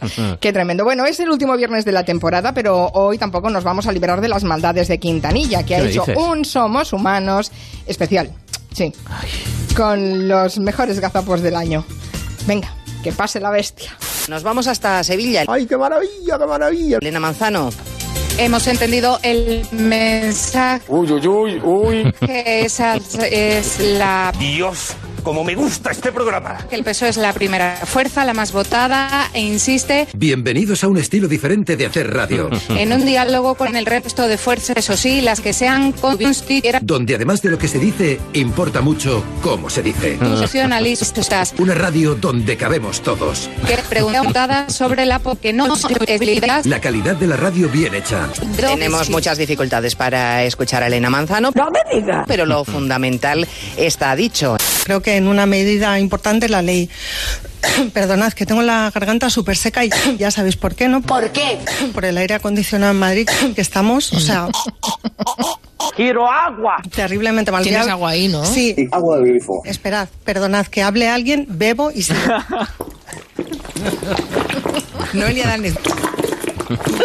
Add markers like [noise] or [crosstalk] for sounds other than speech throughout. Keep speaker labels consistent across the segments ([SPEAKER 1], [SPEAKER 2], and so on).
[SPEAKER 1] [laughs]
[SPEAKER 2] Qué tremendo. Bueno, es el último viernes de la temporada, pero hoy tampoco nos vamos a liberar de las maldades de Quintanilla, que ha
[SPEAKER 3] ¿Qué
[SPEAKER 2] hecho
[SPEAKER 3] dices?
[SPEAKER 2] un Somos Humanos especial. Sí. Con los mejores gazapos del año. Venga, que pase la bestia.
[SPEAKER 4] Nos vamos hasta Sevilla.
[SPEAKER 1] ¡Ay, qué maravilla, qué maravilla!
[SPEAKER 4] Elena Manzano.
[SPEAKER 5] Hemos entendido el mensaje
[SPEAKER 6] Uy, uy, uy, uy.
[SPEAKER 5] que esa es la
[SPEAKER 6] Dios, como me gusta este programa.
[SPEAKER 5] que el PSOE es la primera fuerza, la más votada e insiste
[SPEAKER 7] Bienvenidos a un estilo diferente de hacer
[SPEAKER 8] [laughs]
[SPEAKER 7] radio,
[SPEAKER 5] en un diálogo con el resto de fuerzas, eso sí, las que sean constitucionalistas
[SPEAKER 7] donde además de lo que se dice, importa mucho cómo
[SPEAKER 8] [laughs]
[SPEAKER 7] se dice. Una radio donde cabemos todos.
[SPEAKER 5] que preguntadas sobre la porque no se habilidad
[SPEAKER 7] La calidad de la radio bien hecha.
[SPEAKER 4] Tenemos muchas dificultades para escuchar a Elena Manzano. No me digas. Pero lo fundamental está dicho.
[SPEAKER 9] Creo que en una medida importante la ley. [coughs] Perdonad, que tengo la garganta súper seca y [coughs] ya sabéis por qué, ¿no? ¿Por qué? Por el aire acondicionado en Madrid [coughs] que estamos, o [coughs] sea. ¡Quiero agua! Terriblemente mal.
[SPEAKER 10] Tienes
[SPEAKER 9] Ya-
[SPEAKER 10] agua ahí, ¿no?
[SPEAKER 9] Sí,
[SPEAKER 1] Agua de grifo.
[SPEAKER 9] esperad, perdonad, que hable alguien, bebo y sigo.
[SPEAKER 10] [laughs] Noelia, dale.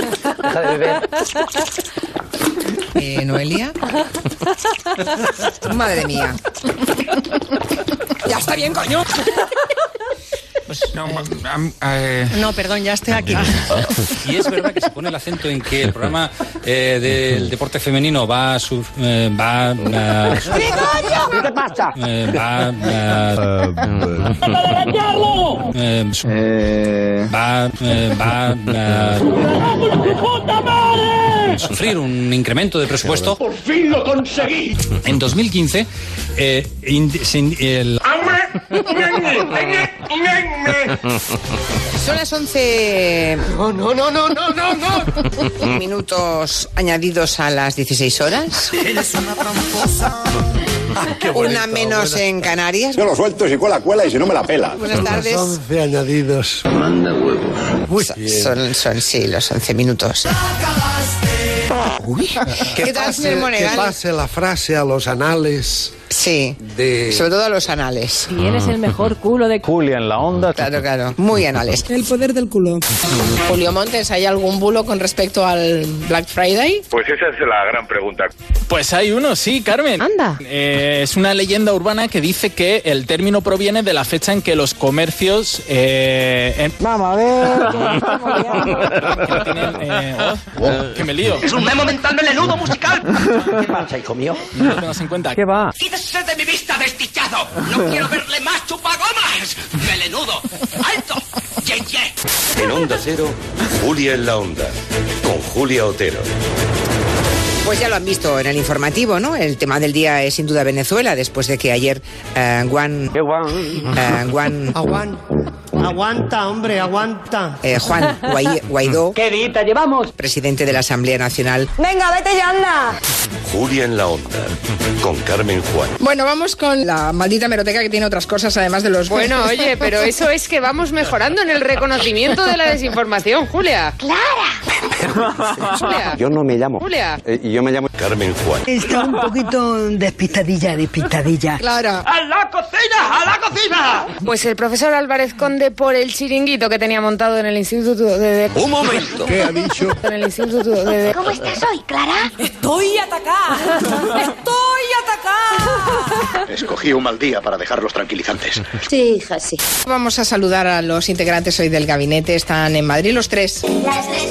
[SPEAKER 3] Deja de beber.
[SPEAKER 10] Eh, [laughs] Noelia.
[SPEAKER 4] Madre mía.
[SPEAKER 2] Ya está bien, coño.
[SPEAKER 6] No, am- eh,
[SPEAKER 9] No, perdón, ya estoy aquí.
[SPEAKER 11] Y es verdad que se pone el acento en que el programa eh, del deporte femenino va a su, eh, va a-
[SPEAKER 1] ¿Qué te pasa?
[SPEAKER 11] eh, va a- eh, su- va eh, va a sufrir un incremento de presupuesto. Por fin lo conseguí. En 2015 eh, ind- sin- el-
[SPEAKER 4] Son las 11
[SPEAKER 1] No, Oh, no, no, no, no, no, no.
[SPEAKER 4] minutos añadidos a las 16 horas. Una menos en Canarias.
[SPEAKER 1] Yo lo suelto si cuela, cuela y si no me la pela.
[SPEAKER 4] Buenas tardes.
[SPEAKER 7] 11 añadidos.
[SPEAKER 4] So- Son, son, sí, los 11 minutos. ¿Qué tal, señor Monegal?
[SPEAKER 7] la frase a los anales
[SPEAKER 4] Sí.
[SPEAKER 7] de...
[SPEAKER 4] Sobre todo a los anales.
[SPEAKER 8] Y él es el mejor culo de
[SPEAKER 3] Julia en la onda.
[SPEAKER 4] Claro, claro. Muy anales.
[SPEAKER 10] El poder del culo. Julio Montes, ¿hay algún bulo con respecto al Black Friday?
[SPEAKER 6] Pues esa es la gran pregunta.
[SPEAKER 11] Pues hay uno, sí, Carmen.
[SPEAKER 8] Anda.
[SPEAKER 11] Eh, es una leyenda urbana que dice que el término proviene de la fecha en que los comercios. eh, en-
[SPEAKER 1] Vamos a ver.
[SPEAKER 11] [laughs] que no tienen, eh, oh, oh, que me lío.
[SPEAKER 6] Es un memo mental melenudo musical.
[SPEAKER 1] ¿Qué pasa, hijo mío?
[SPEAKER 11] No lo tengas en cuenta.
[SPEAKER 8] que va.
[SPEAKER 6] Quítese de mi vista, desdichado. No quiero verle más chupagomas. Melenudo. Alto. Ye, ye.
[SPEAKER 7] En Onda Cero, Julia en la Onda, con Julia Otero.
[SPEAKER 4] Pues ya lo han visto en el informativo, ¿no? El tema del día es sin duda Venezuela, después de que ayer eh, Juan, eh, Juan,
[SPEAKER 9] Aguanta, hombre, aguanta.
[SPEAKER 4] eh, Juan Guai- Guaidó,
[SPEAKER 8] ¿Qué dita llevamos?
[SPEAKER 4] presidente de la Asamblea Nacional,
[SPEAKER 8] Venga, vete ya, anda.
[SPEAKER 7] Julia en la Onda, con Carmen Juan.
[SPEAKER 2] Bueno, vamos con la maldita meroteca que tiene otras cosas además de los [laughs]
[SPEAKER 10] Bueno, oye, pero eso es que vamos mejorando en el reconocimiento de la desinformación, Julia. ¡Clara! Julia.
[SPEAKER 1] Yo no me llamo.
[SPEAKER 10] Julia.
[SPEAKER 1] Eh, y yo me llamo
[SPEAKER 7] Carmen Juan.
[SPEAKER 9] Está un poquito despistadilla, despistadilla.
[SPEAKER 2] Clara.
[SPEAKER 6] ¡A la cocina! ¡A la cocina!
[SPEAKER 10] Pues el profesor Álvarez Conde por el chiringuito que tenía montado en el Instituto de...
[SPEAKER 7] Un momento.
[SPEAKER 1] ¿Qué ha dicho?
[SPEAKER 10] En el Instituto de...
[SPEAKER 5] ¿Cómo estás hoy, Clara?
[SPEAKER 8] Estoy atacada. Estoy atacada.
[SPEAKER 1] Escogí un mal día para dejarlos tranquilizantes.
[SPEAKER 5] Sí, hija, sí.
[SPEAKER 2] Vamos a saludar a los integrantes hoy del gabinete. Están en Madrid los tres.
[SPEAKER 5] Las tres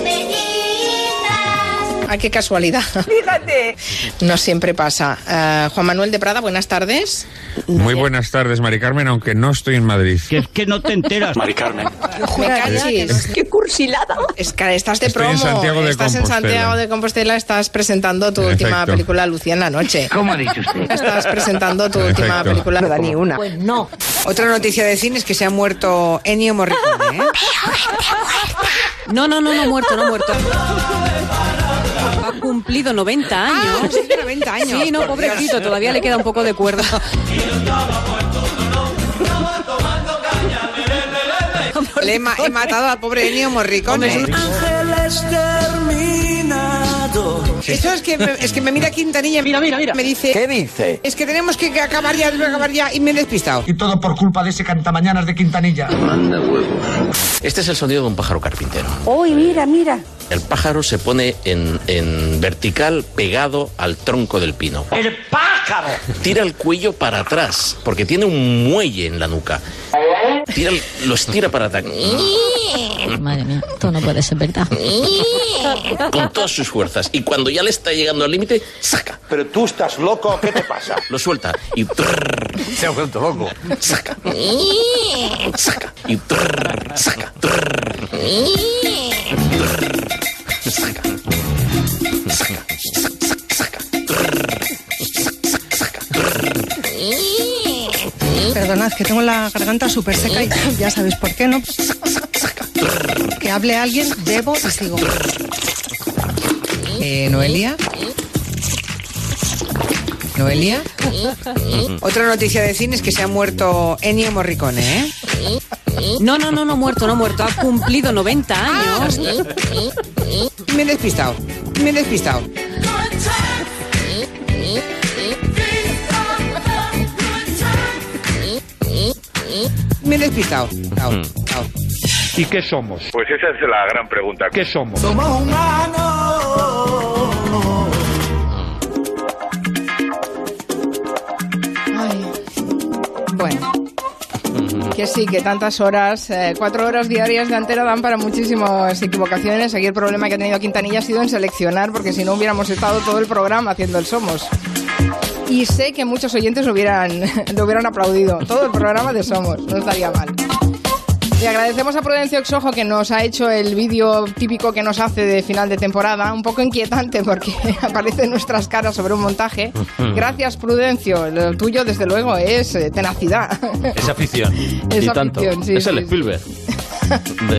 [SPEAKER 2] Ah, qué casualidad.
[SPEAKER 8] Fíjate.
[SPEAKER 2] No siempre pasa. Ah, Juan Manuel de Prada, buenas tardes.
[SPEAKER 6] Muy buenas tardes, Mari Carmen, aunque no estoy en Madrid.
[SPEAKER 8] Que es que no te enteras.
[SPEAKER 7] Mari Carmen.
[SPEAKER 2] Me cachis.
[SPEAKER 8] ¡Qué cursilada!
[SPEAKER 2] Es que estás de
[SPEAKER 6] Estoy en
[SPEAKER 2] promo.
[SPEAKER 6] Santiago de
[SPEAKER 2] estás en
[SPEAKER 6] Compostela.
[SPEAKER 2] Santiago de Compostela, estás presentando tu
[SPEAKER 6] En
[SPEAKER 2] última
[SPEAKER 6] efecto.
[SPEAKER 2] película, Lucía en la noche.
[SPEAKER 8] ¿Cómo ha dicho usted?
[SPEAKER 2] Estás presentando tu
[SPEAKER 6] En
[SPEAKER 2] última
[SPEAKER 6] efecto.
[SPEAKER 2] película.
[SPEAKER 4] no da ni una.
[SPEAKER 8] Pues no.
[SPEAKER 4] Otra noticia de cine es que se ha muerto Ennio Morricone, ¿eh?
[SPEAKER 8] No, no, no, no muerto, no muerto. Ha cumplido 90
[SPEAKER 4] Ah,
[SPEAKER 8] años.
[SPEAKER 4] sí, 90 años.
[SPEAKER 8] Sí, no,
[SPEAKER 4] por Dios.
[SPEAKER 8] pobrecito, todavía le queda un poco de cuerda.
[SPEAKER 4] Le he, ma- he matado al pobre Ennio Morricone.
[SPEAKER 8] Ángeles terminados.
[SPEAKER 12] Sí.
[SPEAKER 4] Eso es que, me, es que me mira Quintanilla. Mira, mira, mira. Me dice. ¿Qué
[SPEAKER 7] dice?
[SPEAKER 4] Es que tenemos que acabar ya, tenemos que acabar ya. Y me he despistado.
[SPEAKER 7] Y todo por culpa de ese cantamañanas de Quintanilla.
[SPEAKER 11] Manda huevos. Este es el sonido de un pájaro carpintero.
[SPEAKER 13] Uy, mira, mira.
[SPEAKER 11] El pájaro se pone en, en vertical pegado al tronco del pino.
[SPEAKER 14] ¡El pájaro!
[SPEAKER 11] Tira el cuello para atrás, porque tiene un muelle en la nuca. Tira el- lo estira para atrás.
[SPEAKER 15] Madre mía, esto no puede ser verdad.
[SPEAKER 11] Con todas sus fuerzas. Y cuando ya le está llegando al límite, saca. Pero tú estás loco, ¿qué te pasa? Lo suelta y. Se ha vuelto loco. Saca. Saca. Y. Saca. Saca. Saca.
[SPEAKER 16] Perdonad que tengo la garganta súper seca y ya sabéis por qué, ¿no? Que hable alguien, bebo y sigo.
[SPEAKER 4] Eh, Noelia. Noelia. Otra noticia de cine es que se ha muerto Ennio Morricone, ¿eh?
[SPEAKER 17] No, no, no, no muerto, no muerto. Ha cumplido 90 años.
[SPEAKER 4] Me he despistado. Me he despistado. Me he despistado.
[SPEAKER 6] ¿Y qué somos? Pues esa es la gran pregunta. ¿Qué somos?
[SPEAKER 2] Ay, Bueno. Que sí, que tantas horas, eh, cuatro horas diarias de antena dan para muchísimas equivocaciones. Aquí el problema que ha tenido Quintanilla ha sido en seleccionar, porque si no hubiéramos estado todo el programa haciendo el Somos. Y sé que muchos oyentes lo hubieran, [laughs] lo hubieran aplaudido. Todo el programa de Somos, no estaría mal. Le agradecemos a Prudencio Exojo que nos ha hecho el vídeo típico que nos hace de final de temporada, un poco inquietante porque [laughs] aparecen nuestras caras sobre un montaje. Gracias Prudencio, lo tuyo desde luego es eh, tenacidad.
[SPEAKER 18] Es afición.
[SPEAKER 2] Es
[SPEAKER 18] y tanto.
[SPEAKER 2] afición, sí,
[SPEAKER 18] es el
[SPEAKER 2] sí,
[SPEAKER 18] Spielberg.